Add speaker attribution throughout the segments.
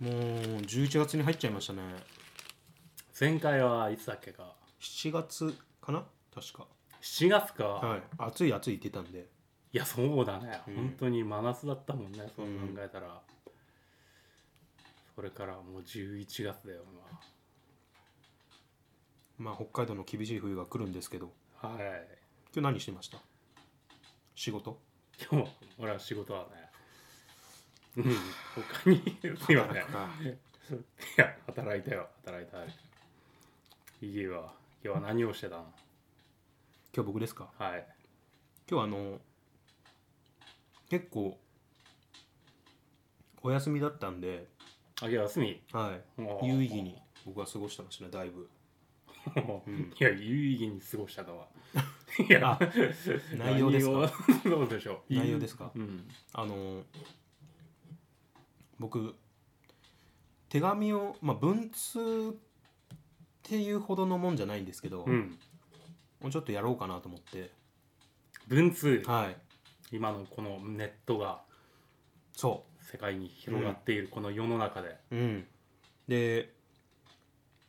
Speaker 1: もう11月に入っちゃいましたね
Speaker 2: 前回はいつだっけか
Speaker 1: 7月かな確か
Speaker 2: 7月か、
Speaker 1: はい暑い暑いって言ってたんで
Speaker 2: い、やそうだね、
Speaker 1: うん
Speaker 2: 本当に真夏だったもんねそう考
Speaker 1: うん
Speaker 2: えたら、それからもう11月だよ
Speaker 1: まあ北海道の厳しい冬が来るんですけど
Speaker 2: 今はい
Speaker 1: 今日何してました仕事
Speaker 2: 今日俺は仕事はねうん他に今 ね
Speaker 1: あ
Speaker 2: いや働いたよ働いたいいわ今日は何をしてたの
Speaker 1: 今日僕ですか
Speaker 2: はい
Speaker 1: 今日あの結構お休みだったんで、
Speaker 2: あ今日休み
Speaker 1: は
Speaker 2: お
Speaker 1: い、
Speaker 2: ー
Speaker 1: 有意義に僕は過ごしてましたねだいぶん
Speaker 2: いや有意義に過ごした とはいや
Speaker 1: あ内容ですか
Speaker 2: 何をどうでしょ う
Speaker 1: 内容ですか
Speaker 2: うん
Speaker 1: あの僕手紙をまあ文通っていうほどのもんじゃないんですけど、
Speaker 2: うん
Speaker 1: もうちょっとやろうかなと思って
Speaker 2: 文通
Speaker 1: はい
Speaker 2: 今のこのネットが
Speaker 1: そ
Speaker 2: 世界に広がっているこの世の中で
Speaker 1: ううんで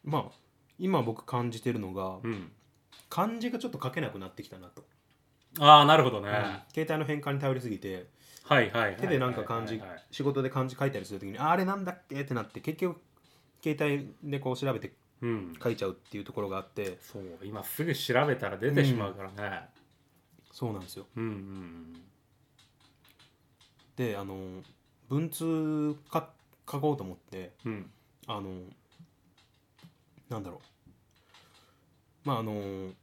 Speaker 1: まあ今僕感じてるのが、
Speaker 2: うん
Speaker 1: 漢字がちょっと書けなくなってきたなと、
Speaker 2: ああなるほどね
Speaker 1: 携帯の変換に頼りすぎて
Speaker 2: はいはいはい
Speaker 1: 手でなんか漢字
Speaker 2: はいはいはい
Speaker 1: 仕事で漢字書いたりするときにああれなんだっけってなって結局携帯でこう調べて
Speaker 2: うん
Speaker 1: 書いちゃうっていうところがあって
Speaker 2: そう今すぐ調べたら出てしまうからね
Speaker 1: そうなんですよ
Speaker 2: うんうん
Speaker 1: であの文通か書こうと思って
Speaker 2: うんうん
Speaker 1: あのなんだろうまああの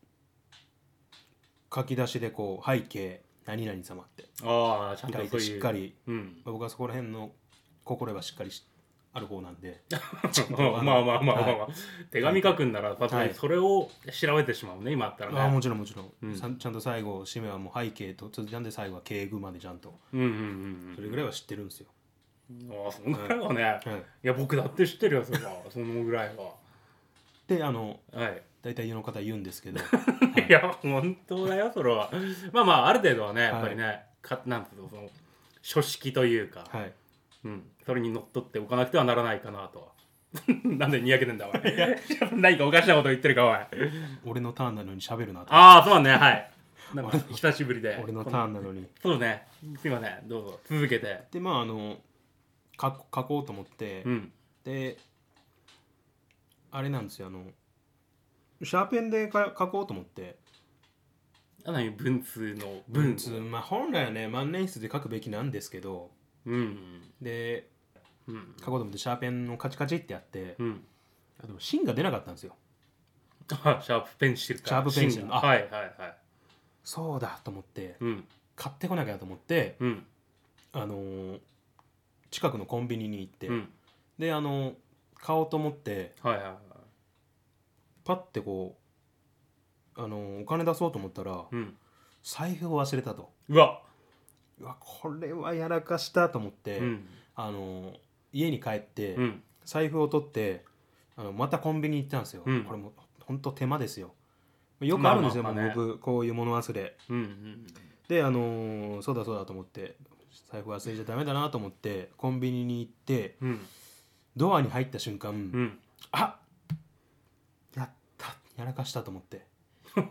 Speaker 1: 書き出しでこう背景何々様って
Speaker 2: ああちゃん
Speaker 1: 書
Speaker 2: と
Speaker 1: い
Speaker 2: そう
Speaker 1: て
Speaker 2: いう
Speaker 1: しっかり
Speaker 2: うん
Speaker 1: まあ僕はそこら辺の心がしっかりしある方なん で
Speaker 2: まあ まあまあまあまあ、手紙書くんならさすが
Speaker 1: は
Speaker 2: に
Speaker 1: い
Speaker 2: それを調べてしまうね今あったらね
Speaker 1: ああもちろんもちろん、
Speaker 2: うん
Speaker 1: さんちゃんと最後締めはもう背景と続いたんで最後は敬具までちゃんと
Speaker 2: うんうんうんうん
Speaker 1: それぐらいは知ってるんですよ、
Speaker 2: ああそんぐらいはね、い、
Speaker 1: はい、
Speaker 2: や僕だって知ってるよそれはそのぐらいは
Speaker 1: であの
Speaker 2: はい、
Speaker 1: 大体世の方言うんですけ ど
Speaker 2: い、や本当だよそれはまあまあある程度はねやっぱりね、かなんていうのその書式というか、
Speaker 1: はい
Speaker 2: うん、それにのっとっておかなくてはならないかなと なんでにやけてんだおい何かおかしなこと言ってるかおい
Speaker 1: 俺のターンなのに喋るなと
Speaker 2: ああそうねはいなんか久しぶりで
Speaker 1: 俺のターンなのに
Speaker 2: そうねすいませんどうぞ続けて
Speaker 1: でまああの書こ書こうと思って、
Speaker 2: うん
Speaker 1: であれなんですよあのシャーペンでか書こうと思って
Speaker 2: あ何文通の文
Speaker 1: つまあ、本来はね万年筆で書くべきなんですけど
Speaker 2: うん
Speaker 1: で
Speaker 2: うん
Speaker 1: 書こうと思ってシャーペンのカチカチってやって、
Speaker 2: うん
Speaker 1: あでも芯が出なかったんですよ
Speaker 2: あシャープペンシルか
Speaker 1: シャープペンシル
Speaker 2: 芯
Speaker 1: あ
Speaker 2: がはいはいはい
Speaker 1: そうだと思って
Speaker 2: うん
Speaker 1: 買ってこなきゃと思って、
Speaker 2: うん
Speaker 1: あのー近くのコンビニに行って、
Speaker 2: うん
Speaker 1: であのー買おうと思って
Speaker 2: はいはいはい
Speaker 1: パッてこう、あのーお金出そうと思ったら、
Speaker 2: うん
Speaker 1: 財布を忘れたと
Speaker 2: うわ
Speaker 1: うわこれはやらかしたと思って、
Speaker 2: うん
Speaker 1: あのー家に帰って、
Speaker 2: うん
Speaker 1: 財布を取ってあのまたコンビニ行ったんですよ、
Speaker 2: うん
Speaker 1: これも本当手間ですよよくあるんですよ、
Speaker 2: まあまあまあね
Speaker 1: もう僕こういう物忘れ
Speaker 2: うんうん
Speaker 1: であのーそうだそうだと思って財布忘れちゃダメだなと思ってコンビニに行って
Speaker 2: うん
Speaker 1: ドアに入った瞬間、
Speaker 2: うん
Speaker 1: あやったやらかしたと思って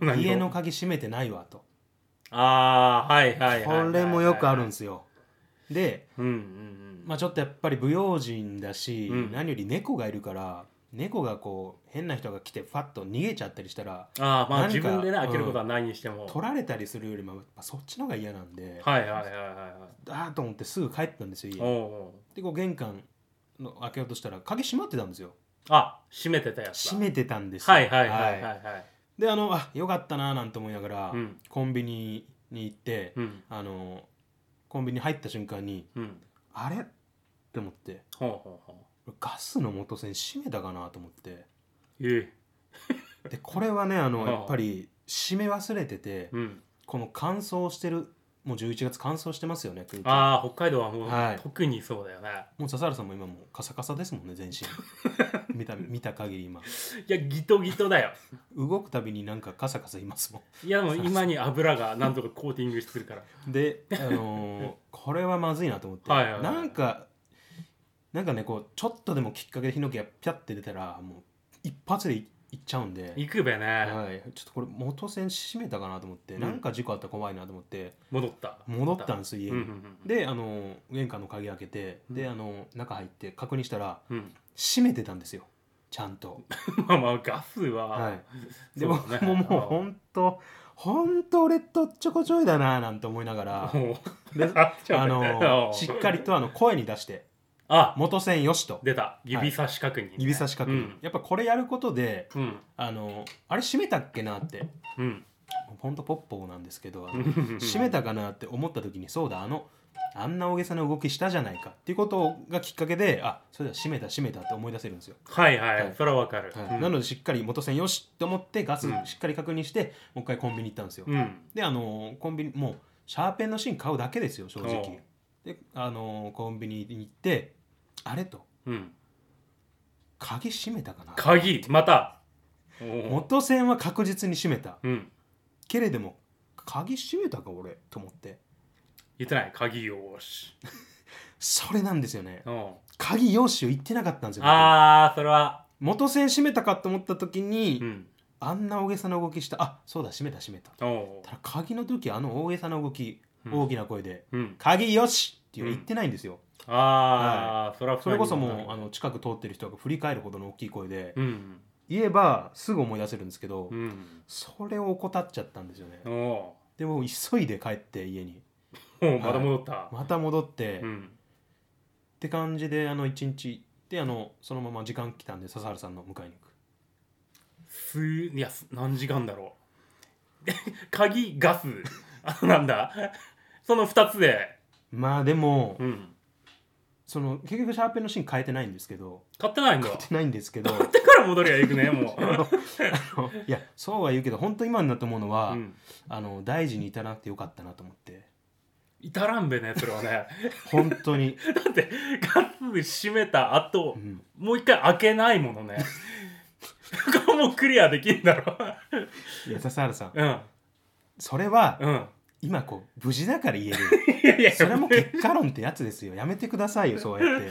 Speaker 2: 何を
Speaker 1: 家の鍵閉めてないわと
Speaker 2: ああはいはいはいはいは
Speaker 1: こ
Speaker 2: い
Speaker 1: れもよくあるんですよで、
Speaker 2: うんうんうん
Speaker 1: まあ、ちょっとやっぱり不用心だし、
Speaker 2: うん
Speaker 1: 何より猫がいるから猫がこう変な人が来てファッと逃げちゃったりしたら
Speaker 2: ああまあ
Speaker 1: 何か
Speaker 2: 自分でね
Speaker 1: うん
Speaker 2: 開けることはないにしても
Speaker 1: 取られたりするよりもやっぱそっちの方が嫌なんで、
Speaker 2: はいはいはいはいは
Speaker 1: ああと思ってすぐ帰ったんですよ
Speaker 2: い
Speaker 1: 家
Speaker 2: おう
Speaker 1: に
Speaker 2: おう
Speaker 1: でこう玄関の開けようとしたら鍵閉まってたんですよ
Speaker 2: あ閉めてたやつだ
Speaker 1: 閉めてたんですよ
Speaker 2: はいはいはいはいはい
Speaker 1: であのあよかったなーなんて思いながら、
Speaker 2: うん
Speaker 1: コンビニに行って、
Speaker 2: うん
Speaker 1: あのコンビニ入った瞬間に
Speaker 2: うん
Speaker 1: あれって思って
Speaker 2: ほうほうほ
Speaker 1: ガスの元栓閉めたかなと思って
Speaker 2: うえ
Speaker 1: でこれはねあの
Speaker 2: ああ
Speaker 1: やっぱり閉め忘れてて、
Speaker 2: うん
Speaker 1: この乾燥してるもう11月乾燥してますよね空気
Speaker 2: ああ北海道はもう、
Speaker 1: はい
Speaker 2: 特にそうだよね
Speaker 1: もう笹原さんも今もうカサカサですもんね全身 見た見た限り今
Speaker 2: いやギトギトだよ
Speaker 1: 動くたびになんかカサカサいますも
Speaker 2: いやでも今に油がなんとかコーティングするから
Speaker 1: んで、あのーこれはまずいなと思って、
Speaker 2: はいはいはい
Speaker 1: なんかなんかねこうちょっとでもきっかけでヒノキがピャって出たらもう一発でいいっちゃうんで、
Speaker 2: 行くべね
Speaker 1: はい、ちょっとこれ元栓閉めたかなと思って、
Speaker 2: うん
Speaker 1: なんか事故あったら怖いなと思って
Speaker 2: 戻った
Speaker 1: 戻ったんです家に、
Speaker 2: うんうんうん
Speaker 1: であの玄関の鍵開けて、
Speaker 2: うん
Speaker 1: であの中入って確認したら
Speaker 2: うん
Speaker 1: 閉めてたんですよちゃんと、
Speaker 2: まあまあガスは、
Speaker 1: はい、で
Speaker 2: そう
Speaker 1: も
Speaker 2: だね
Speaker 1: もうもう本当本当俺とっちょこちょいだななんて思いながら
Speaker 2: もう
Speaker 1: で
Speaker 2: あちょ
Speaker 1: あ
Speaker 2: っと待って
Speaker 1: の
Speaker 2: うん
Speaker 1: しっかりとあの声に出して
Speaker 2: あ
Speaker 1: 元栓よしと
Speaker 2: 出た指差し確認ね、
Speaker 1: 指差し確認、やっぱこれやることで
Speaker 2: うんうん
Speaker 1: あのあれ閉めたっけなって
Speaker 2: うん
Speaker 1: ほんとポッポーなんですけどあ
Speaker 2: う
Speaker 1: の
Speaker 2: んうんうん
Speaker 1: 閉めたかなって思った時にそうだあのあんな大げさな動きしたじゃないかっていうことがきっかけであそれだ閉めた閉めたって思い出せるんですよ、
Speaker 2: はいはい、
Speaker 1: はい
Speaker 2: それはわかる、
Speaker 1: はい
Speaker 2: うん
Speaker 1: なのでしっかり元栓よしと思ってガス
Speaker 2: うん
Speaker 1: しっかり確認して、もう一回コンビニ行ったんですよ、
Speaker 2: うん
Speaker 1: であのコンビニもうシャーペンの芯買うだけですよ正直であのコンビニに行ってあれと
Speaker 2: うん
Speaker 1: 鍵閉めたかな
Speaker 2: 鍵またお
Speaker 1: 元栓は確実に閉めた
Speaker 2: うん
Speaker 1: けれども鍵閉めたか俺と思って
Speaker 2: 言ってない鍵よーし
Speaker 1: それなんですよね
Speaker 2: うん
Speaker 1: 鍵用紙を言ってなかったんですよ僕
Speaker 2: あーそれは
Speaker 1: 元栓閉めたかと思った時に、
Speaker 2: うん
Speaker 1: あんな大げさな動きしたあそうだ閉めた閉めた
Speaker 2: お
Speaker 1: ただ鍵の時あの大げさな動き、
Speaker 2: うん
Speaker 1: 大きな声で
Speaker 2: うん
Speaker 1: 「鍵よし!」っていうの言ってないんですよ、
Speaker 2: あーそれは
Speaker 1: それこそもうあ
Speaker 2: の
Speaker 1: の近く通ってる人が振り返るほどの大きい声で、
Speaker 2: うん
Speaker 1: 言えばすぐ思い出せるんですけど、
Speaker 2: うん
Speaker 1: それを怠っちゃったんですよね、
Speaker 2: おお
Speaker 1: でもう急いで帰って家に
Speaker 2: ーまた戻った、
Speaker 1: また戻って、
Speaker 2: う
Speaker 1: っ
Speaker 2: ん
Speaker 1: て感じであの一日であのそのまま時間来たんで笹原さんの迎えに行く
Speaker 2: すいやす何時間だろう 鍵ガスあ なんだその2つで
Speaker 1: まあでも、
Speaker 2: うん
Speaker 1: その結局シャーペンの芯変えてないんですけど
Speaker 2: 買ってないんだ
Speaker 1: 変えてないんですけど
Speaker 2: だから戻りゃいくね も
Speaker 1: いやそうは言うけど本当今になって思うの
Speaker 2: う、
Speaker 1: は、
Speaker 2: うん、
Speaker 1: あの大事に至らなくてよかったなと思って
Speaker 2: 至らんべねそれはね
Speaker 1: 本当に、
Speaker 2: だって ガス閉めた後
Speaker 1: うん
Speaker 2: もう一回開けないものね これもうクリアできんだろ
Speaker 1: いや笹原さん
Speaker 2: うん
Speaker 1: それは
Speaker 2: うん
Speaker 1: 今こう無事だから言える
Speaker 2: いやいや
Speaker 1: それも結果論ってやつですよやめてくださいよそうやって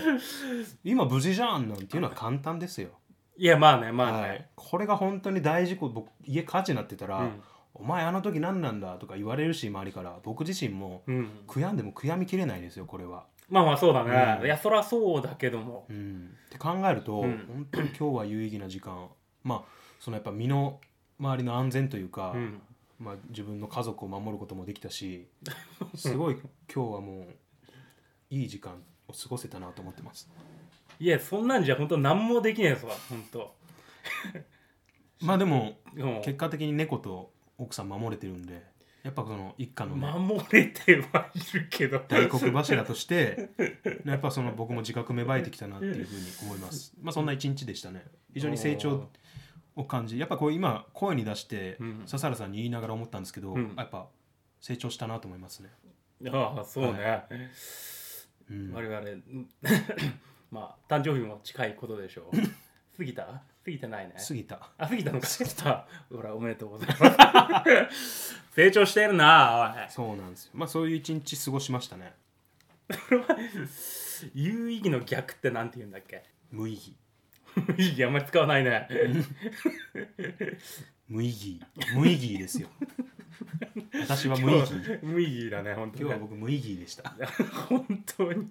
Speaker 1: 今無事じゃんなんていうのは簡単ですよ、
Speaker 2: いやまあねまあ
Speaker 1: は
Speaker 2: ね、
Speaker 1: い、これが本当に大事故僕家火事になってたら、
Speaker 2: うん
Speaker 1: お前あの時何なんだとか言われるし周りから僕自身も
Speaker 2: うん、
Speaker 1: 悔やんでも悔やみきれないですよこれは、
Speaker 2: まあまあそうだね、
Speaker 1: うん
Speaker 2: いやそりゃそうだけども
Speaker 1: うん、って考えると、
Speaker 2: うん
Speaker 1: 本当に今日は有意義な時間まあそのやっぱ身の回りの安全というか、
Speaker 2: うん
Speaker 1: まあ、自分の家族を守ることもできたしすごい今日はもういい時間を過ごせたなと思ってます
Speaker 2: いやそんなんじゃ本当何もできねえぞ本当
Speaker 1: まあでも
Speaker 2: も
Speaker 1: 結果的に猫と奥さん守れてるんでやっぱその一家の、
Speaker 2: う
Speaker 1: ね
Speaker 2: 守れてはいるけど
Speaker 1: 大黒柱としてやっぱその僕も自覚芽生えてきたなっていうふうに思いますまあそんな一日でしたね非常に成長を感じやっぱこう今声に出して
Speaker 2: うん
Speaker 1: 笹原さんに言いながら思ったんですけど、
Speaker 2: うん
Speaker 1: やっぱ成長したなと思いますね、
Speaker 2: ああそうね、
Speaker 1: うん
Speaker 2: 我々うん まあ誕生日も近いことでしょ う過ぎた過ぎてないね
Speaker 1: 過ぎた
Speaker 2: あ過ぎたのか過ぎた ほらおめでとうございます 成長してるな
Speaker 1: そうなんですよまあそういう一日過ごしましたね
Speaker 2: おい有意義の逆ってなんて言うんだっけ
Speaker 1: 無意義
Speaker 2: 有意義あんまり使わないね
Speaker 1: 無意 義無意義ですよ私は無 意義
Speaker 2: 無意義だね本当
Speaker 1: 今日は
Speaker 2: に
Speaker 1: 僕無意義でした
Speaker 2: 本当に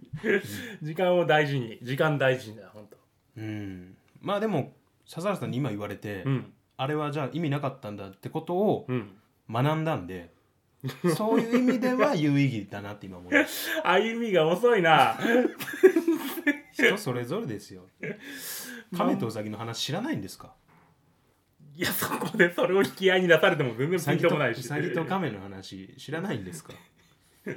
Speaker 2: 時間を大事に時間大事にだ本当
Speaker 1: うんまあでも笹原さんに今言われて、
Speaker 2: うん
Speaker 1: あれはじゃあ意味なかったんだってことを
Speaker 2: うん
Speaker 1: 学んだん で、そういう意味では有意義だなって今思います
Speaker 2: 歩みが遅いな
Speaker 1: 人それぞれです よ亀とウサギの話知らないんですか
Speaker 2: いやそこでそれを引き合いに出されても全然
Speaker 1: ウサ
Speaker 2: ピン
Speaker 1: ギ
Speaker 2: と
Speaker 1: と
Speaker 2: もないし
Speaker 1: ウサギと亀の話知らないん ですかあの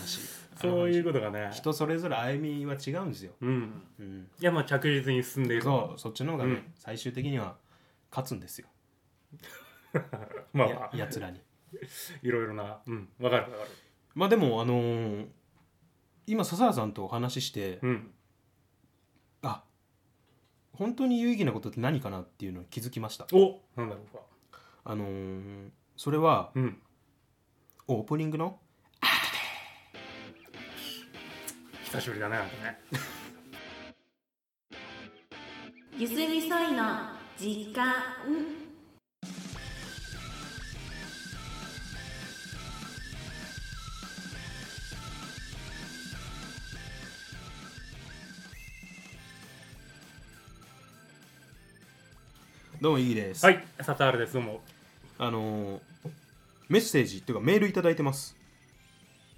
Speaker 1: 話
Speaker 2: そういう
Speaker 1: こ
Speaker 2: ことがね
Speaker 1: と人それぞれ歩みは違うんですよ、
Speaker 2: うん
Speaker 1: うん、
Speaker 2: いやまあ着実に進んでいる
Speaker 1: そうそっちの方がね、
Speaker 2: うん
Speaker 1: 最終的には勝つんですよ
Speaker 2: まあ
Speaker 1: や
Speaker 2: まあ
Speaker 1: やつらに
Speaker 2: いろいろなうんわかるわかる
Speaker 1: まあでもあのー今笹原さんとお話しして、
Speaker 2: うん
Speaker 1: あ本当に有意義なことって何かなっていうのに気づきました
Speaker 2: おなんだろうか
Speaker 1: あのーそれは
Speaker 2: うん
Speaker 1: オープニングの
Speaker 2: 久しぶりだねなんかね
Speaker 3: ゆすみそいの時間
Speaker 1: どうもいいです、
Speaker 2: はい笹原ですどうも
Speaker 1: あのーメッセージっていうかメールいただいてます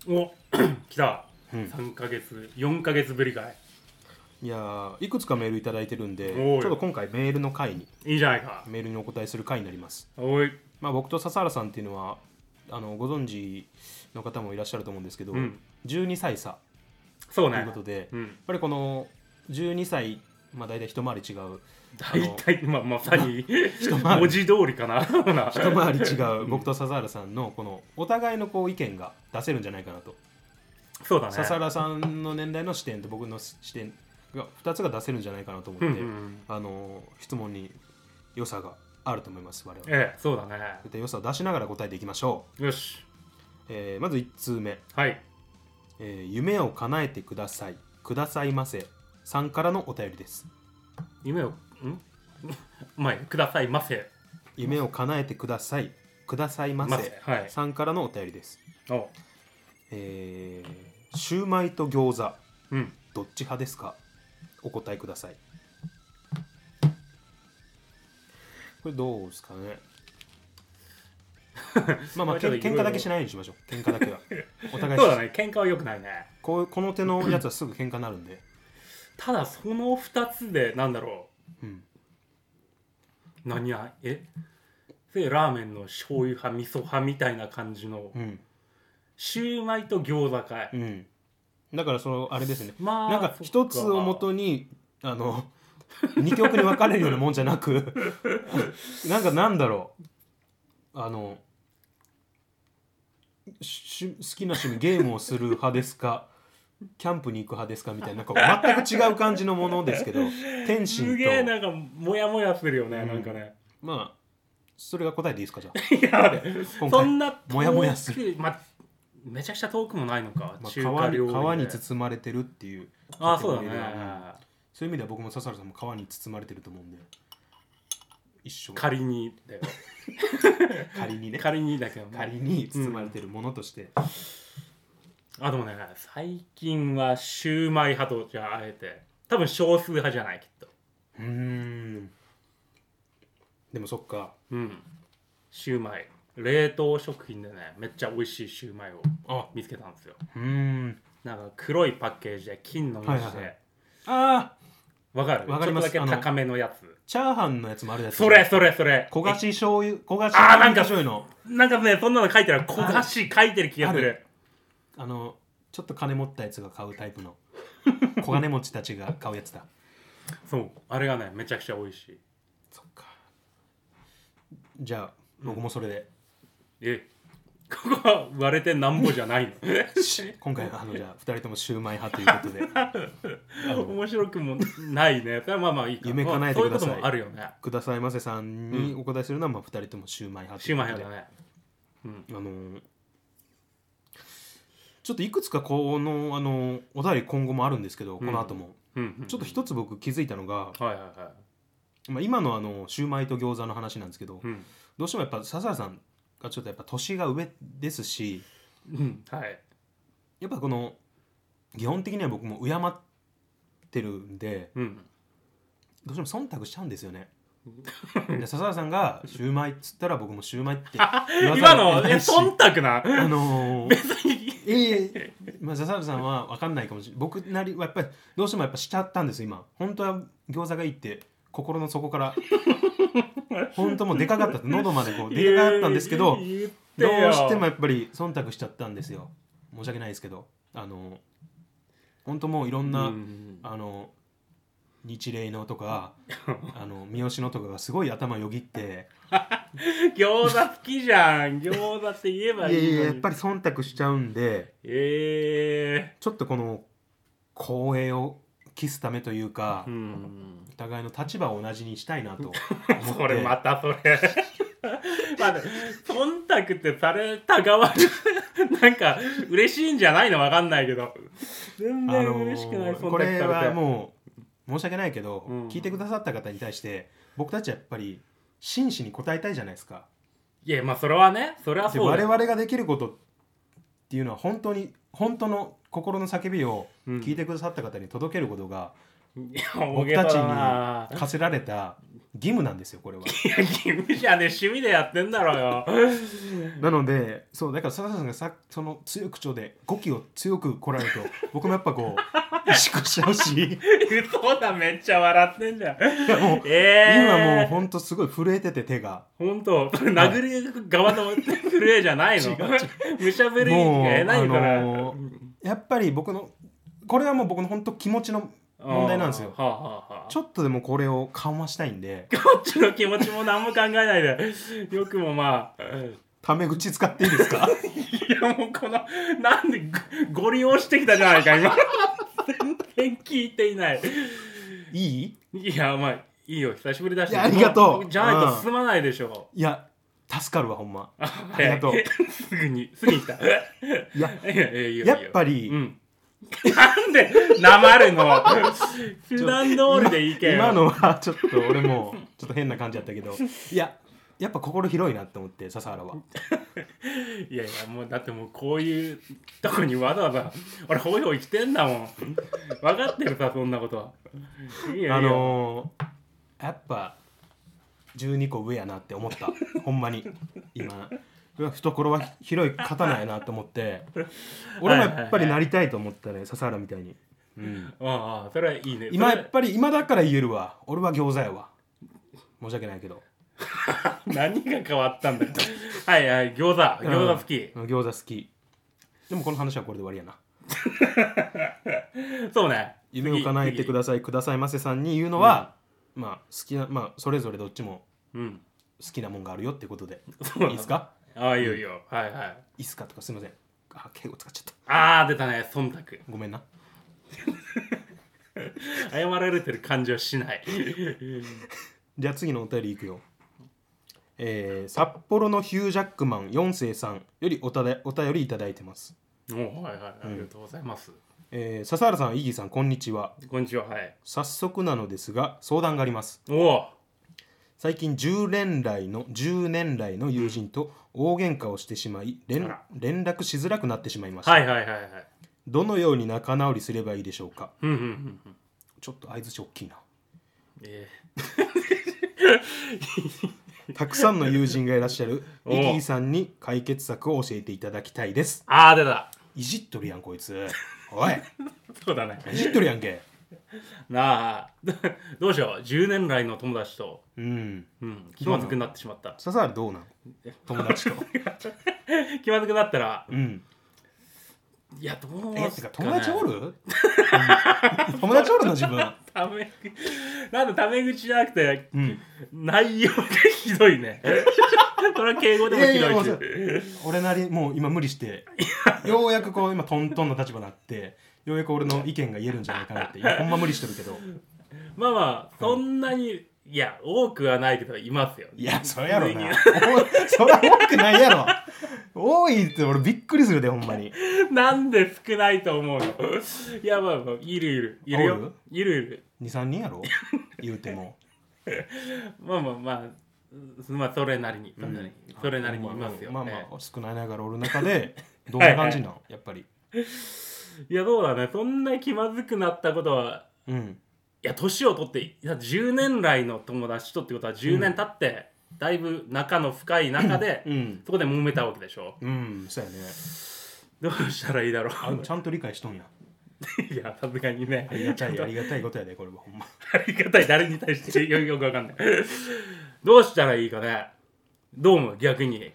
Speaker 2: お 来た、
Speaker 1: うん
Speaker 2: 3ヶ月4ヶ月ぶりかい
Speaker 1: いやーいくつかメールいただいてるんでち
Speaker 2: お
Speaker 1: ょ
Speaker 2: い
Speaker 1: っと今回メールの回に
Speaker 2: いいじゃないか
Speaker 1: メールにお答えする回になります
Speaker 2: おい
Speaker 1: まあ僕と笹原さんっていうのはあのご存知の方もいらっしゃると思うんですけど、
Speaker 2: うん
Speaker 1: 12歳差
Speaker 2: そう
Speaker 1: という
Speaker 2: ね
Speaker 1: ことで、
Speaker 2: う
Speaker 1: やっ
Speaker 2: ん
Speaker 1: ぱりこの12歳まあ大体一回り違う
Speaker 2: 大体まあまさに
Speaker 1: 回り
Speaker 2: 文字通りかなほ な
Speaker 1: 一回り違う僕と笹原さんのこのお互いのこう意見が出せるんじゃないかなと、
Speaker 2: そうだね
Speaker 1: 笹原さんの年代の視点と僕の視点が2つが出せるんじゃないかなと思って、
Speaker 2: うんうん
Speaker 1: あの質問に良さがあると思います我々。
Speaker 2: ええそうだね
Speaker 1: で良さを出しながら答えていきましょ
Speaker 2: よし
Speaker 1: う、えーまず1通目、
Speaker 2: はい
Speaker 1: えー夢を叶えてくださいくださいませ」さんからのお便りです
Speaker 2: 夢をん 前くださいませ
Speaker 1: 夢を叶えてくださいくださいま
Speaker 2: ま
Speaker 1: せ
Speaker 2: せはい
Speaker 1: さんからのお便りです、
Speaker 2: お
Speaker 1: えー、シューマイと餃子
Speaker 2: うん
Speaker 1: どっち派ですかお答えくださいこれどうですか ねまあまあ
Speaker 2: まあちょっと
Speaker 1: けん喧嘩だけしないようにしましょう喧嘩だ けはお互いし
Speaker 2: そうだね喧嘩は良くないね
Speaker 1: こうこの手のやつはすぐ喧嘩になるんで、
Speaker 2: ただその2つでなんだろ
Speaker 1: うん、
Speaker 2: う何やえでラーメンの醤油派味噌派みたいな感じの
Speaker 1: うん
Speaker 2: シューマイと餃子かい
Speaker 1: うんだからそのあれですね
Speaker 2: まあ
Speaker 1: なんか
Speaker 2: そっ
Speaker 1: 一つをもとにあの二極に分かれるようなもんじゃなく なんかなんだろうあのし好きな趣味ゲームをする派ですかキャンプに行く派ですかみたいななんか全く違う感じのものですけど天
Speaker 2: す
Speaker 1: 心
Speaker 2: げえな
Speaker 1: と
Speaker 2: んかモヤモヤするよね、なんかね
Speaker 1: まあそれが答えでいいですかじゃあ、
Speaker 2: いや待って
Speaker 1: 今回
Speaker 2: そんな遠く
Speaker 1: モヤモヤする、
Speaker 2: まあ、めちゃくちゃ遠くもないのか、
Speaker 1: まあ、
Speaker 2: 中華
Speaker 1: 川に
Speaker 2: 料理で
Speaker 1: 川に包まれてるっていう
Speaker 2: ああそうだね、
Speaker 1: カテゴリーがうんそういう意味では僕も笹原さんも川に包まれてると思うんで一緒
Speaker 2: 仮にだよ
Speaker 1: 仮にね
Speaker 2: 仮にだけどね
Speaker 1: 仮に包まれてるものとして、
Speaker 2: あでもね最近はシューマイ派とじゃああえて多分少数派じゃないきっと
Speaker 1: うーんでもそっか
Speaker 2: うんシューマイ冷凍食品でねめっちゃ美味しいシューマイを
Speaker 1: あ
Speaker 2: 見つけたんですよ
Speaker 1: うーん
Speaker 2: なんか黒いパッケージで金の
Speaker 1: はい
Speaker 2: 虫
Speaker 1: はいは
Speaker 2: で
Speaker 1: いあー
Speaker 2: わかる
Speaker 1: わかります
Speaker 2: ちょっとだけ高めのやつ
Speaker 1: チャーハンのやつもあるやつ
Speaker 2: それそれそれ
Speaker 1: 焦がし醤油焦がし
Speaker 2: あーなんか
Speaker 1: 醤油の
Speaker 2: なんかねそんなの書いてある焦がし書いてる気がす
Speaker 1: あ
Speaker 2: る
Speaker 1: るあのちょっと金持ったやつが買うタイプ の小金持ちたちが買うやつだ
Speaker 2: そうあれがねめちゃくちゃ美味しい
Speaker 1: そっかじゃあ僕もそれ で、
Speaker 2: え ここは割れてなんぼじゃないの
Speaker 1: 今回はあのじゃあ2人ともシューマイ派ということで あの
Speaker 2: 面白くもないね。それはまあまあいいか。
Speaker 1: 夢叶えてください
Speaker 2: まあそういうこともあるよね。
Speaker 1: くださいませさんにお答えするのは、まあ、2人ともシューマイ派と
Speaker 2: シ
Speaker 1: い
Speaker 2: ュ
Speaker 1: うこ
Speaker 2: ーマ
Speaker 1: と
Speaker 2: イ
Speaker 1: で
Speaker 2: 派だね。
Speaker 1: あのーちょっといくつかこの、あのーお便り今後もあるんですけどこの後も、
Speaker 2: うん、うん。
Speaker 1: ちょっと一つ僕気づいたのが、
Speaker 2: はいはいはい。
Speaker 1: まあ、今のあのシューマイと餃子の話なんですけど、
Speaker 2: うん。
Speaker 1: どうしてもやっぱ笹原さんがちょっとやっぱ年が上ですし
Speaker 2: うん。はい。
Speaker 1: やっぱこの基本的には僕も敬ってるんで
Speaker 2: うん。
Speaker 1: どうしても忖度しちゃうんですよね。で笹原さんが「シューマイ」っつったら僕も「シューマイ」 って言わざ
Speaker 2: 今
Speaker 1: るを
Speaker 2: の、
Speaker 1: 得
Speaker 2: え、
Speaker 1: ないし
Speaker 2: 忖度な。
Speaker 1: あ のー、
Speaker 2: 別に。
Speaker 1: ええまあ、笹原さんは分かんないかもしれない僕なりはやっぱりどうしてもやっぱしちゃったんです今本当は餃子がいいって心の底から 本当もうでかかったって喉までこうでかかったんですけど
Speaker 2: 言う
Speaker 1: ど
Speaker 2: 言ってよ
Speaker 1: うしてもやっぱり忖度しちゃったんですよ申し訳ないですけどあの本当もういろんな、
Speaker 2: うん
Speaker 1: あの日霊のと かあの三好のとかがすごい頭よぎって
Speaker 2: 餃子好きじゃん。餃子って言えば
Speaker 1: い
Speaker 2: いい
Speaker 1: や
Speaker 2: のに。
Speaker 1: いややっぱり忖度しちゃうんで
Speaker 2: え
Speaker 1: ちょっとこの光栄を期すためというか、
Speaker 2: えうん。
Speaker 1: お互いの立場を同じにしたいなと思って
Speaker 2: それまたそれ。まあ、忖度ってされた側に なんか嬉しいんじゃないのわかんないけど全
Speaker 1: あ
Speaker 2: 然
Speaker 1: のー
Speaker 2: 嬉しくない忖度さ
Speaker 1: こ
Speaker 2: れ
Speaker 1: れ
Speaker 2: て
Speaker 1: はもう申し訳ないけど、
Speaker 2: うん
Speaker 1: 聞いてくださった方に対して僕たちはやっぱり真摯に答えたいじゃないですか
Speaker 2: いやまあそれはねそれは
Speaker 1: で
Speaker 2: そう
Speaker 1: 我
Speaker 2: だよ
Speaker 1: 々ができることっていうのは本当に本当の心の叫びを
Speaker 2: うん
Speaker 1: 聞いてくださった方に届けることが
Speaker 2: いや 大
Speaker 1: 僕
Speaker 2: げ
Speaker 1: た
Speaker 2: さ
Speaker 1: ち
Speaker 2: だ
Speaker 1: に
Speaker 2: な
Speaker 1: 課せられた義務なんですよこれは。
Speaker 2: いや義務じゃねえ趣味でやってんだろうよ
Speaker 1: なのでそうだから笹田さんがさその強い口調で語気を強く来られる と僕もやっぱこう萎縮しちゃうし
Speaker 2: 嘘だめっちゃ笑ってんじゃん
Speaker 1: いやもう今もう
Speaker 2: ええ
Speaker 1: ほんとすごい震えてて手が
Speaker 2: ほんとそれ殴る側の震えじゃない
Speaker 1: 違
Speaker 2: の
Speaker 1: う違
Speaker 2: むしゃぶり
Speaker 1: もう
Speaker 2: えないから、
Speaker 1: あのーやっぱり僕のこれはもう僕の本当気持ちの問題なんですよ
Speaker 2: はあはあはあ、
Speaker 1: ちょっとでもこれを緩和したいんで
Speaker 2: こっちの気持ちも何も考えないでよくもまあ
Speaker 1: タメ口使っていいです か
Speaker 2: いやもうこのなんでごご利用してきたじゃないか今全然聞いていない
Speaker 1: いい
Speaker 2: いやまあいいよ久しぶりだし
Speaker 1: いやありがとう
Speaker 2: もじゃない
Speaker 1: うん
Speaker 2: と進まないでしょ
Speaker 1: いや助かるわほんま
Speaker 2: う、あ
Speaker 1: ありがとう
Speaker 2: すぐにすぐに来たい
Speaker 1: いや
Speaker 2: やいやいいよ
Speaker 1: やっぱ
Speaker 2: い
Speaker 1: り、
Speaker 2: いようん なんでなまるの 普段通りでいいけよ
Speaker 1: 今のはちょっと俺もちょっと変な感じだったけどいややっぱ心広いなって思って笹原はい
Speaker 2: やいやもうだってもうこういうとこにわざわざ俺ホイホイ来てんだもん分かってるさそんなことはいいよ
Speaker 1: あのー、やっぱ12個上やなって思った ほんまに今うわ懐は広い方なんやなと思 って俺もやっぱりなりたいと思ったね笹原みたいに、うん、
Speaker 2: いいよああそれはいいね
Speaker 1: 今
Speaker 2: そ
Speaker 1: やっぱり今だから言えるわ俺は餃子やわ申し訳ないけど
Speaker 2: れ何が変わった んだよはいはい餃子餃子好き、
Speaker 1: うん餃子好きでもこの話はこれで終わりやな
Speaker 2: そうね
Speaker 1: 夢を叶えてく
Speaker 2: さ
Speaker 1: ださいくださいませさんに言うのは、まあ好きなまあそれぞれどっちも
Speaker 2: いうん
Speaker 1: 好きなもんがあるよってことで
Speaker 2: そうないの
Speaker 1: いですか
Speaker 2: ああいいよいいよはいはい
Speaker 1: いいっすかとかすいませんあ敬語使っちゃっ
Speaker 2: ああ出たね忖度
Speaker 1: たごめんな
Speaker 2: 謝られてる感じはしない
Speaker 1: じゃあ次のお便りいくよえー札幌のヒュージャックマン4世さんよりおただお便りいただいてます、
Speaker 2: おうはいはいありがとうございます、
Speaker 1: えー笹原さんイギーさんこんにちは
Speaker 2: こんにちははい
Speaker 1: 早速なのですが相談があります
Speaker 2: おお
Speaker 1: 最近10年来の10年来の友人と大喧嘩をしてしまい
Speaker 2: あ
Speaker 1: 連
Speaker 2: ら
Speaker 1: 連絡しづらくなってしまいました、
Speaker 2: はいはいはいはい
Speaker 1: どのように仲直りすればいいでしょうか
Speaker 2: うんうんうんうん
Speaker 1: ちょっと相づち大きいな
Speaker 2: ええ
Speaker 1: たくさんの友人がいらっしゃる
Speaker 2: お
Speaker 1: イ
Speaker 2: う
Speaker 1: ギーさんに解決策を教えていただきたいです
Speaker 2: ああ出た
Speaker 1: いじっとるやんこいつおい
Speaker 2: そうだね
Speaker 1: いじっとるやんけ
Speaker 2: なあ どうしよう10年来の友達と、
Speaker 1: うん
Speaker 2: うん、気まずくなってしまった
Speaker 1: 笹原どうなん友達と
Speaker 2: 気まずくなったら
Speaker 1: うん
Speaker 2: いやどう
Speaker 1: え
Speaker 2: す
Speaker 1: て
Speaker 2: っ
Speaker 1: か
Speaker 2: かね
Speaker 1: 友達おる、 うん友達おるの自分
Speaker 2: ため口なんでタメ口じゃなくて
Speaker 1: うん
Speaker 2: 内容がひどいね それは敬語でもひ
Speaker 1: いやいやもうそ
Speaker 2: どいし
Speaker 1: 俺なりもう今無理してようやくこう今トントンの立場になってようやく俺の意見が言えるんじゃないかなって今ほんま無理してるけど
Speaker 2: まあまあそんなに、いや多くはないけどいますよ
Speaker 1: いやそりゃろ
Speaker 2: 上に
Speaker 1: なお そりゃ多くないやろ多いって俺びっくりするでほんまに
Speaker 2: なんで少ないと思うのいやまあまあいるいるいる
Speaker 1: お
Speaker 2: よ
Speaker 1: る
Speaker 2: いるいる
Speaker 1: 23人やろ言うても
Speaker 2: まあまあまあうんまあそれなりにそれなりに,、それなりにいますよ、
Speaker 1: まあま
Speaker 2: ええ
Speaker 1: あ少ないながら俺の中 でどんな感じなのやっぱり
Speaker 2: いやそうだねそんな気まずくなったことは
Speaker 1: うん
Speaker 2: いや年を取っていや10年来の友達とってことは10年経って、だいぶ仲の深い中で、
Speaker 1: うん
Speaker 2: そこで揉めたわけでしょ
Speaker 1: うんそうやね
Speaker 2: どうしたらいいだろ
Speaker 1: あ
Speaker 2: う
Speaker 1: ちゃんと理解しとんや
Speaker 2: いやさすがにね
Speaker 1: ありがたい あ
Speaker 2: あ
Speaker 1: りがたいことやでこれはほんま
Speaker 2: りがたい誰に対してよよくわかんないどうしたらいいかねどうも逆に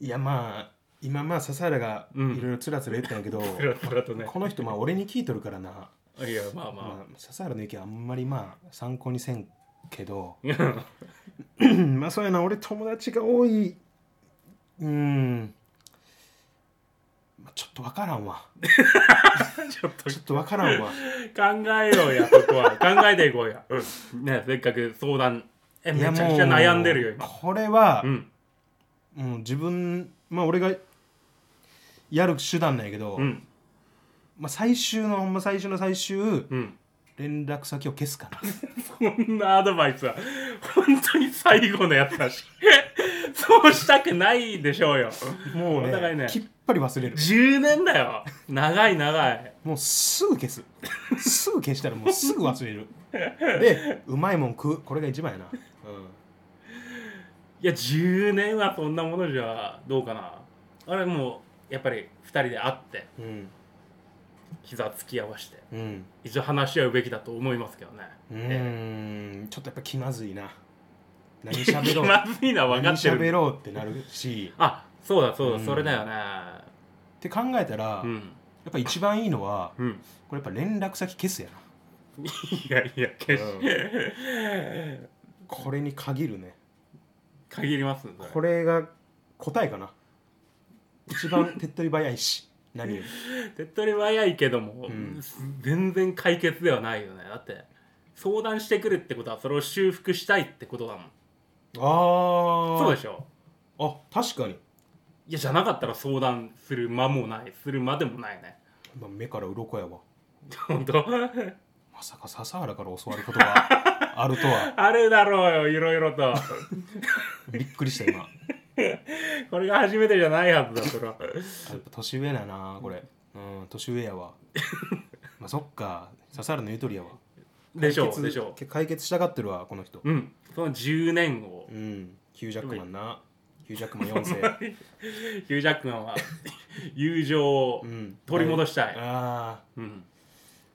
Speaker 1: いやまあ今まあ笹原がい
Speaker 2: うん
Speaker 1: ろいろつらつら言ったんやけど、
Speaker 2: つらつらとね
Speaker 1: この人まあ俺に聞いとるからな、
Speaker 2: いやまあま
Speaker 1: まあ、笹原の意見あんまりまあ参考にせんけ ど
Speaker 2: あ
Speaker 1: まあそうやな俺友達が多いうん、まあ、ちょっとわからんわ
Speaker 2: ちょっと
Speaker 1: ちょっとわからんわ
Speaker 2: 考えようやそこは考えていこうや、うんねせっかく相談えめ
Speaker 1: い
Speaker 2: ち
Speaker 1: や
Speaker 2: ゃくち
Speaker 1: もう
Speaker 2: ゃ悩んでるよ今
Speaker 1: これは
Speaker 2: う、ん
Speaker 1: もう自分まあ俺がやる手段なんやけど、
Speaker 2: うん
Speaker 1: まあ、最終のほんま最終の最終
Speaker 2: うん
Speaker 1: 連絡先を消すから
Speaker 2: こんなアドバイスは本当に最後のやつだし そうしたくないでしょうよ
Speaker 1: もう
Speaker 2: お互い
Speaker 1: ね
Speaker 2: ね
Speaker 1: きっぱり忘れる
Speaker 2: 10年だよ長い長い
Speaker 1: もうすぐ消すすぐ消したら もうすぐ忘れるでうまいもん食うこれが一番やな、う
Speaker 2: いや10年はそんなものじゃどうかなあれもうやっぱり2人で会って
Speaker 1: んうん
Speaker 2: 膝突き合わせて
Speaker 1: うん
Speaker 2: 一応話し合うべきだと思いますけどね
Speaker 1: う
Speaker 2: え
Speaker 1: ーんちょっとやっぱ気まずいな何
Speaker 2: え
Speaker 1: しゃべろ う
Speaker 2: まずいのは分か
Speaker 1: 何
Speaker 2: って
Speaker 1: しゃべ
Speaker 2: る
Speaker 1: ろうってなるし
Speaker 2: あそうだそうだ、
Speaker 1: うん
Speaker 2: それだよね
Speaker 1: って考えたら、
Speaker 2: う
Speaker 1: や
Speaker 2: ん
Speaker 1: っぱ一番いいのは
Speaker 2: うん
Speaker 1: これやっぱ連絡先消すやない
Speaker 2: やいや決して、
Speaker 1: これに限るね
Speaker 2: 限りますねそれ
Speaker 1: これが答えかな一番手っ取り早い し何より
Speaker 2: 手っ取り早いけども、
Speaker 1: うん
Speaker 2: 全然解決ではないよねだって相談してくるってことはそれを修復したいってことだもん
Speaker 1: あ
Speaker 2: そうで
Speaker 1: し
Speaker 2: しょ
Speaker 1: ょあ確かに、
Speaker 2: いやじゃなかったら相談する間もないするまでもないね
Speaker 1: まあ、目から鱗やわ
Speaker 2: 本当
Speaker 1: まさか笹原から教わること があるとは
Speaker 2: あるだろうよいろい ろと
Speaker 1: びっくりした今あ
Speaker 2: これが初めてじゃないはずだそれは
Speaker 1: やっぱ年上だなこれうん年上やわまあそっか笹原の言う通りやわ
Speaker 2: でしょ
Speaker 1: 解
Speaker 2: う
Speaker 1: 決
Speaker 2: でしょ
Speaker 1: 解決したがってるわこの人
Speaker 2: ううんその10年を
Speaker 1: うんヒュージャックマンなヒュージャックマン4世
Speaker 2: ヒュージャックマンは 友情を
Speaker 1: うん
Speaker 2: 取り戻したい、
Speaker 1: ああ
Speaker 2: うん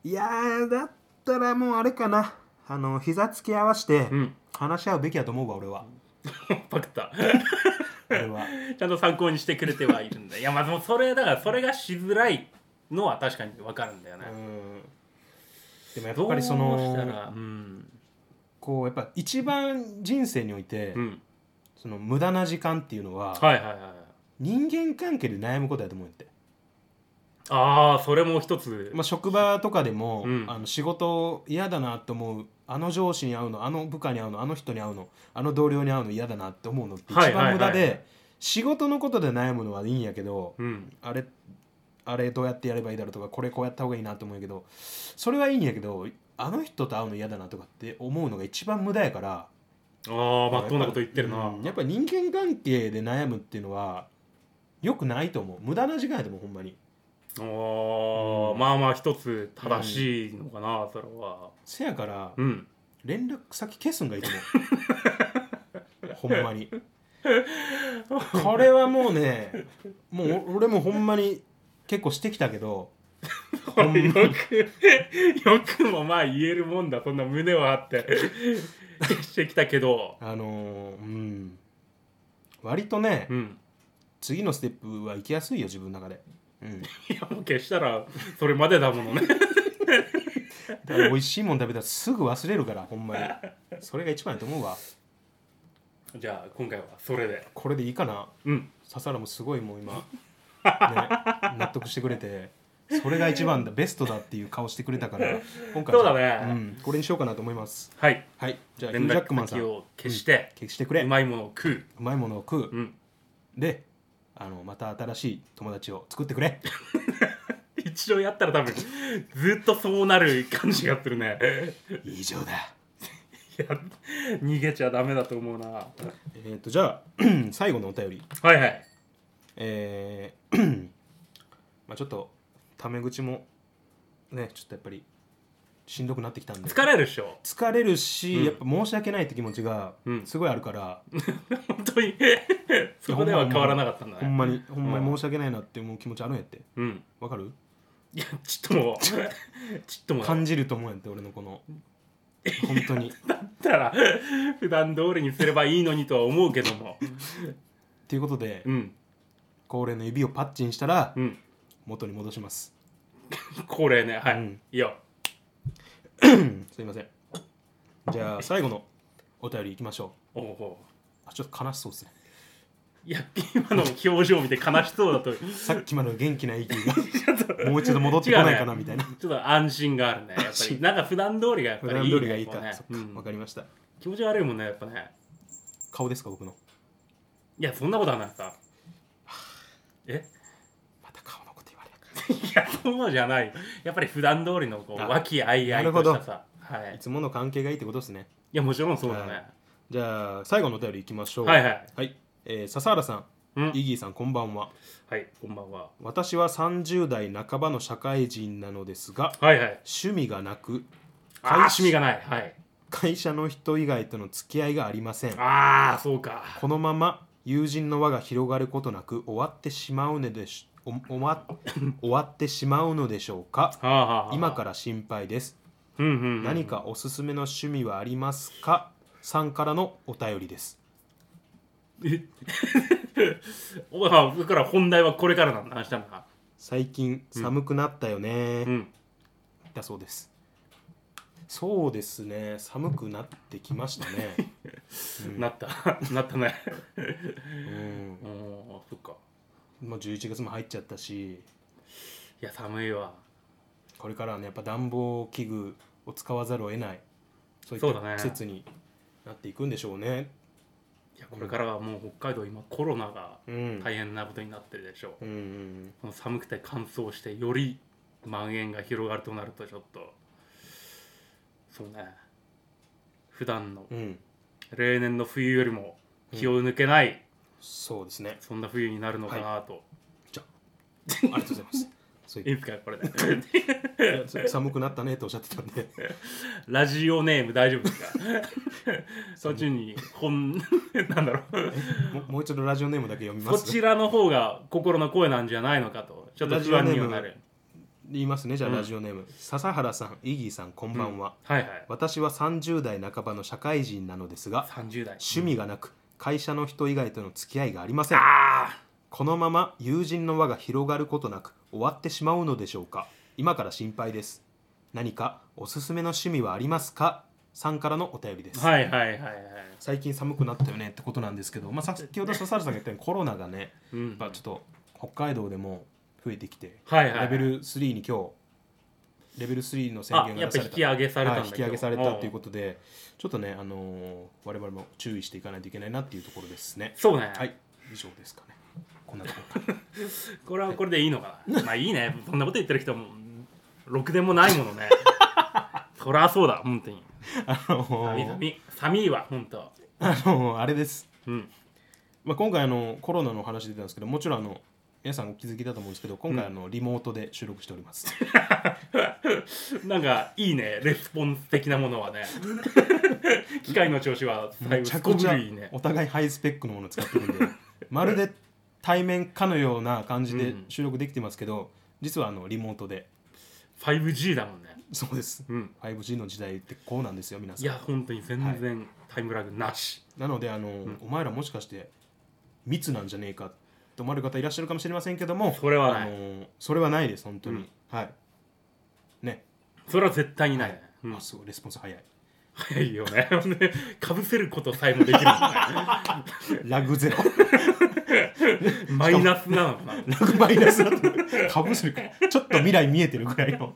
Speaker 1: いやーだったらもうあれかなあの膝つき合わせて
Speaker 2: うん
Speaker 1: 話し合うべきやと思うわ俺は
Speaker 2: パクった
Speaker 1: 俺は
Speaker 2: ちゃんと参考にしてくれてはいるんだいやまあでもそれだからそれがしづらいのは確かに分かるんだよ
Speaker 1: う
Speaker 2: ね、
Speaker 1: んでもや
Speaker 2: ど
Speaker 1: っ
Speaker 2: う
Speaker 1: ぱりそ
Speaker 2: した
Speaker 1: の
Speaker 2: らうん、
Speaker 1: こうやっぱ一番人生において
Speaker 2: うん、
Speaker 1: その無駄な時間っていうのは
Speaker 2: はいはいはい
Speaker 1: 人間関係で悩むことやと思うんやって、
Speaker 2: ああそれも一つ、
Speaker 1: まあ、職場とかでも
Speaker 2: うん
Speaker 1: あの仕事嫌だなと思うあの上司に会うのあの部下に会うのあの人に会うのあの同僚に会うの嫌だなって思うのって一
Speaker 2: はいはい
Speaker 1: 番無駄
Speaker 2: はい
Speaker 1: で仕事のことで悩むのはいいんやけど
Speaker 2: うん、
Speaker 1: あれあれどうやってやればいいだろうとかこれこうやった方がいいなと思うんやけどそれはいいんやけどあの人と会うの嫌だなとかって思うのが一番無駄やから
Speaker 2: ああまっとうなこと言ってるな、
Speaker 1: うんやっぱ人間関係で悩むっていうのはよくないと思う無駄な時間やと思うほんまに
Speaker 2: おー
Speaker 1: うん
Speaker 2: まあまあ一つ正しいのかな、それは
Speaker 1: せやから
Speaker 2: うん
Speaker 1: 連絡先消すんがいいと思うほんまにこれはもうねもうお俺もほんまに結構してきたけど
Speaker 2: こ
Speaker 1: んま
Speaker 2: れ よくよくもまあ言えるもんだそんな胸を張ってしてきたけど
Speaker 1: あのーうん割とね
Speaker 2: うん
Speaker 1: 次のステップは行きやすいよ自分の中で、うん、
Speaker 2: いやもう消したらそれまでだもの ね
Speaker 1: だから美味しいもん食べたらすぐ忘れるからほんまにそれが一番やと思うわ
Speaker 2: じゃあ今回はそれで
Speaker 1: これでいいかな
Speaker 2: うん
Speaker 1: 笹原もすごいもう今、ね、納得してくれてそれが一番だベストだっていう顔してくれたから今回
Speaker 2: そう
Speaker 1: は
Speaker 2: だね
Speaker 1: うん、これにしようかなと思います
Speaker 2: はい
Speaker 1: はいじゃあヒュ
Speaker 2: 連
Speaker 1: ージャッ
Speaker 2: 絡
Speaker 1: クマンさん
Speaker 2: 先を消して、
Speaker 1: 消してくれ
Speaker 2: う
Speaker 1: うま
Speaker 2: まいものを食う、
Speaker 1: いものを食う、
Speaker 2: うん、
Speaker 1: であのまた新しい友達を作ってくれ
Speaker 2: 一応やったら多分ずっとそうなる感じがする ね
Speaker 1: 以上だ
Speaker 2: いや逃げちゃダメだと思うなは
Speaker 1: えっ、とじゃあ 最後のお便り
Speaker 2: いはい
Speaker 1: えー まあちょっとタメ口もねちょっとやっぱりしんどくなってきたんで
Speaker 2: 疲れるでしょ
Speaker 1: 疲れるし、
Speaker 2: うん
Speaker 1: やっぱ申し訳ないって気持ちが
Speaker 2: うん
Speaker 1: すごいあるから、
Speaker 2: 本当にそこでは変わらなかったんだ
Speaker 1: ほ
Speaker 2: ね
Speaker 1: んまにほんまに申し訳ないなって思う気持ちあるんやって
Speaker 2: うん
Speaker 1: わかる
Speaker 2: いやちっと もちっともだ
Speaker 1: 感じると思うんやって俺のこ の本当にっ
Speaker 2: ったら普段通りにすればいいのにとは思うけども
Speaker 1: ていうことで
Speaker 2: うん
Speaker 1: 恒例の指をパッチンしたら
Speaker 2: うん
Speaker 1: 元に戻します
Speaker 2: これねはい、
Speaker 1: うん
Speaker 2: いいよ
Speaker 1: うんすいませんじゃあ最後のお便りいきましょ
Speaker 2: おうおう
Speaker 1: うあちょっと悲しそうですね
Speaker 2: いや今の表情を見て悲しそうだと
Speaker 1: さっきまでの元気な息 がもう一度戻ってこないかなみたいな
Speaker 2: ちょっと安心があるねやっぱりなんか普段通りがやっぱ
Speaker 1: 普
Speaker 2: り
Speaker 1: 段
Speaker 2: いい
Speaker 1: 通
Speaker 2: ね
Speaker 1: りがいいか、
Speaker 2: こうね
Speaker 1: そっか、
Speaker 2: うん
Speaker 1: わかりました。
Speaker 2: 気持ち悪いもんねやっぱね
Speaker 1: 顔ですか、僕の。
Speaker 2: いやそんなことはないさえ
Speaker 1: また顔のこと言われる。
Speaker 2: いやそうじゃないやっぱり普段通りのこう
Speaker 1: あ
Speaker 2: 和気あいあい
Speaker 1: なるほ
Speaker 2: とし
Speaker 1: ど
Speaker 2: たさ、はい、
Speaker 1: い
Speaker 2: い
Speaker 1: つもの関係がいいってことですね
Speaker 2: やもちろんそうだね、
Speaker 1: はじゃあ最後のお便りいきましょう
Speaker 2: はいはい
Speaker 1: はい、えー笹原さ、
Speaker 2: うんん
Speaker 1: イギーさんこんばんは
Speaker 2: はいこんばんは
Speaker 1: 私は30代半ばの社会人なのですが
Speaker 2: はいはい
Speaker 1: 趣味がなく
Speaker 2: あー趣味がないはい
Speaker 1: 会社の人以外との付き合いがありません
Speaker 2: ああそうか
Speaker 1: このまま友人の輪が広がることなく終わってしまうのでしおおわ終わってしまうのでしょうか
Speaker 2: はあはあはあ
Speaker 1: 今から心配です
Speaker 2: うんうんうん
Speaker 1: 何かおすすめの趣味はありますかさんからのお便りです
Speaker 2: え おあだから本題はこれからなんだ明日のな
Speaker 1: 最近寒くなったよね、
Speaker 2: うん
Speaker 1: だそうですそうですね寒くなってきました ね
Speaker 2: なった なったね
Speaker 1: うん
Speaker 2: おおそっか
Speaker 1: もう11月も入っちゃったし
Speaker 2: いや寒いわ
Speaker 1: これからはねやっぱ暖房器具を使わざるを得ないそうい
Speaker 2: そう
Speaker 1: っ
Speaker 2: だね
Speaker 1: た季節になっていくんでしょうね
Speaker 2: いやこれからはもう北海道今コロナが
Speaker 1: うん、
Speaker 2: 大変なことになってるでしょう、
Speaker 1: うんうん
Speaker 2: この寒くて乾燥してより蔓延が広がるとなるとちょっとそうね普段の
Speaker 1: うんうん
Speaker 2: 例年の冬よりも気を抜けない、
Speaker 1: そうですね
Speaker 2: そんな冬になるのかなと、
Speaker 1: ありがとうございますそう
Speaker 2: い、い
Speaker 1: い
Speaker 2: んですかこれで
Speaker 1: うそう寒くなったねとおっしゃってたんで
Speaker 2: ラジオネーム大丈夫 ですかそっちに本なんだろう
Speaker 1: ももう一度ラジオネームだけ読みま
Speaker 2: そ
Speaker 1: す
Speaker 2: ちらの方が心の声なんじゃないのかとちょっと不安にはな
Speaker 1: ラジオネー
Speaker 2: る
Speaker 1: 言いますねじゃあ
Speaker 2: うん
Speaker 1: ラジオネーム、笹原さんイギーさんこんばんは、
Speaker 2: はいはい
Speaker 1: 私は30代半ばの社会人なのですが
Speaker 2: 30代
Speaker 1: 趣味がなく会社の人以外との付き合いがありません
Speaker 2: あ
Speaker 1: このまま友人の輪が広がることなく終わってしまうのでしょうか今から心配です何かおすすめの趣味はありますかさんからのお便りです、
Speaker 2: あはいはいはいはい
Speaker 1: 最近寒くなったよねってことなんですけど、まあ、先ほど笹原さんが言ったようにコロナがね
Speaker 2: うん
Speaker 1: やっぱちょっと北海道でも増えてきて、
Speaker 2: はいはいはい
Speaker 1: レベル3に今日レベル3の宣
Speaker 2: あ
Speaker 1: 言
Speaker 2: や
Speaker 1: が
Speaker 2: っ
Speaker 1: 出
Speaker 2: ぱ
Speaker 1: された
Speaker 2: 引き上げされたんだ
Speaker 1: はい、
Speaker 2: け
Speaker 1: 引
Speaker 2: ど
Speaker 1: き上げされたということでちょっとね、あのー我々も注意していかないといけないなっていうところですね
Speaker 2: そうね、
Speaker 1: はい以上ですかねこんなところか
Speaker 2: これはこれでいいのか なまあいいねそんなこと言ってる人もろくでもないも のねそりゃそうだ本当に
Speaker 1: あの ー
Speaker 2: 寒い寒い寒いわ本当
Speaker 1: あのあれです、
Speaker 2: うん
Speaker 1: まあ、今回あのコロナの話出たんですけどもちろんあの皆さんお気づきだと思うんですけど今回あのリモートで収録しております、
Speaker 2: なんかいいねレスポンス的なものは ね機械の調子は最
Speaker 1: め
Speaker 2: 後
Speaker 1: ち
Speaker 2: す
Speaker 1: ゃ
Speaker 2: こ
Speaker 1: く
Speaker 2: ぶ
Speaker 1: ちゃ
Speaker 2: るいいね
Speaker 1: お互いハイスペックのものを使ってるん でまるで対面かのような感じで収録できてますけど、実はあのリモートで
Speaker 2: 5G だもんね
Speaker 1: そうです、
Speaker 2: うん
Speaker 1: 5G の時代ってこうなんですよ皆さ
Speaker 2: い
Speaker 1: ん
Speaker 2: や本当に全然タイムラグなし、
Speaker 1: なのであの、お前らもしかして密なんじゃねえかと思われる方いらっしゃるかもしれませんけども
Speaker 2: それはない
Speaker 1: あのそれはないです本当に、
Speaker 2: うん
Speaker 1: はいね、
Speaker 2: それは絶対にない、ねうん
Speaker 1: あすごいレスポンス早い
Speaker 2: 早いよね かぶせることさえもできるんだ
Speaker 1: ラグゼロ
Speaker 2: ねマイナスなのかな
Speaker 1: ラグマイナス だとかぶせるからちょっと未来見えてるぐらいの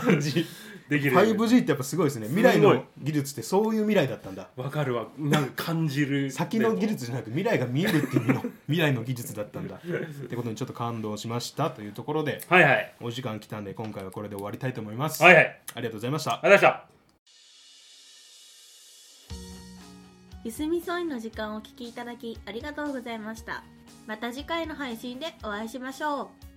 Speaker 1: 感じ
Speaker 2: できる
Speaker 1: 5G ってやっぱすごいですね未来
Speaker 2: すご
Speaker 1: の
Speaker 2: い
Speaker 1: 技術ってそういう未来だったんだ
Speaker 2: わかるわなんか感じる
Speaker 1: 先の技術じゃなく未来が見えるっていう意味の未来の技術だったんだってことにちょっと感動しましたというところで
Speaker 2: はいはい
Speaker 1: お時間来たんで今回はこれで終わりたいと思います、
Speaker 2: はいはいありが
Speaker 1: ありがとうございました
Speaker 2: とうございました
Speaker 3: ゆすみそいの時間をお聞きいただきありがとうございましたまた次回の配信でお会いしましょう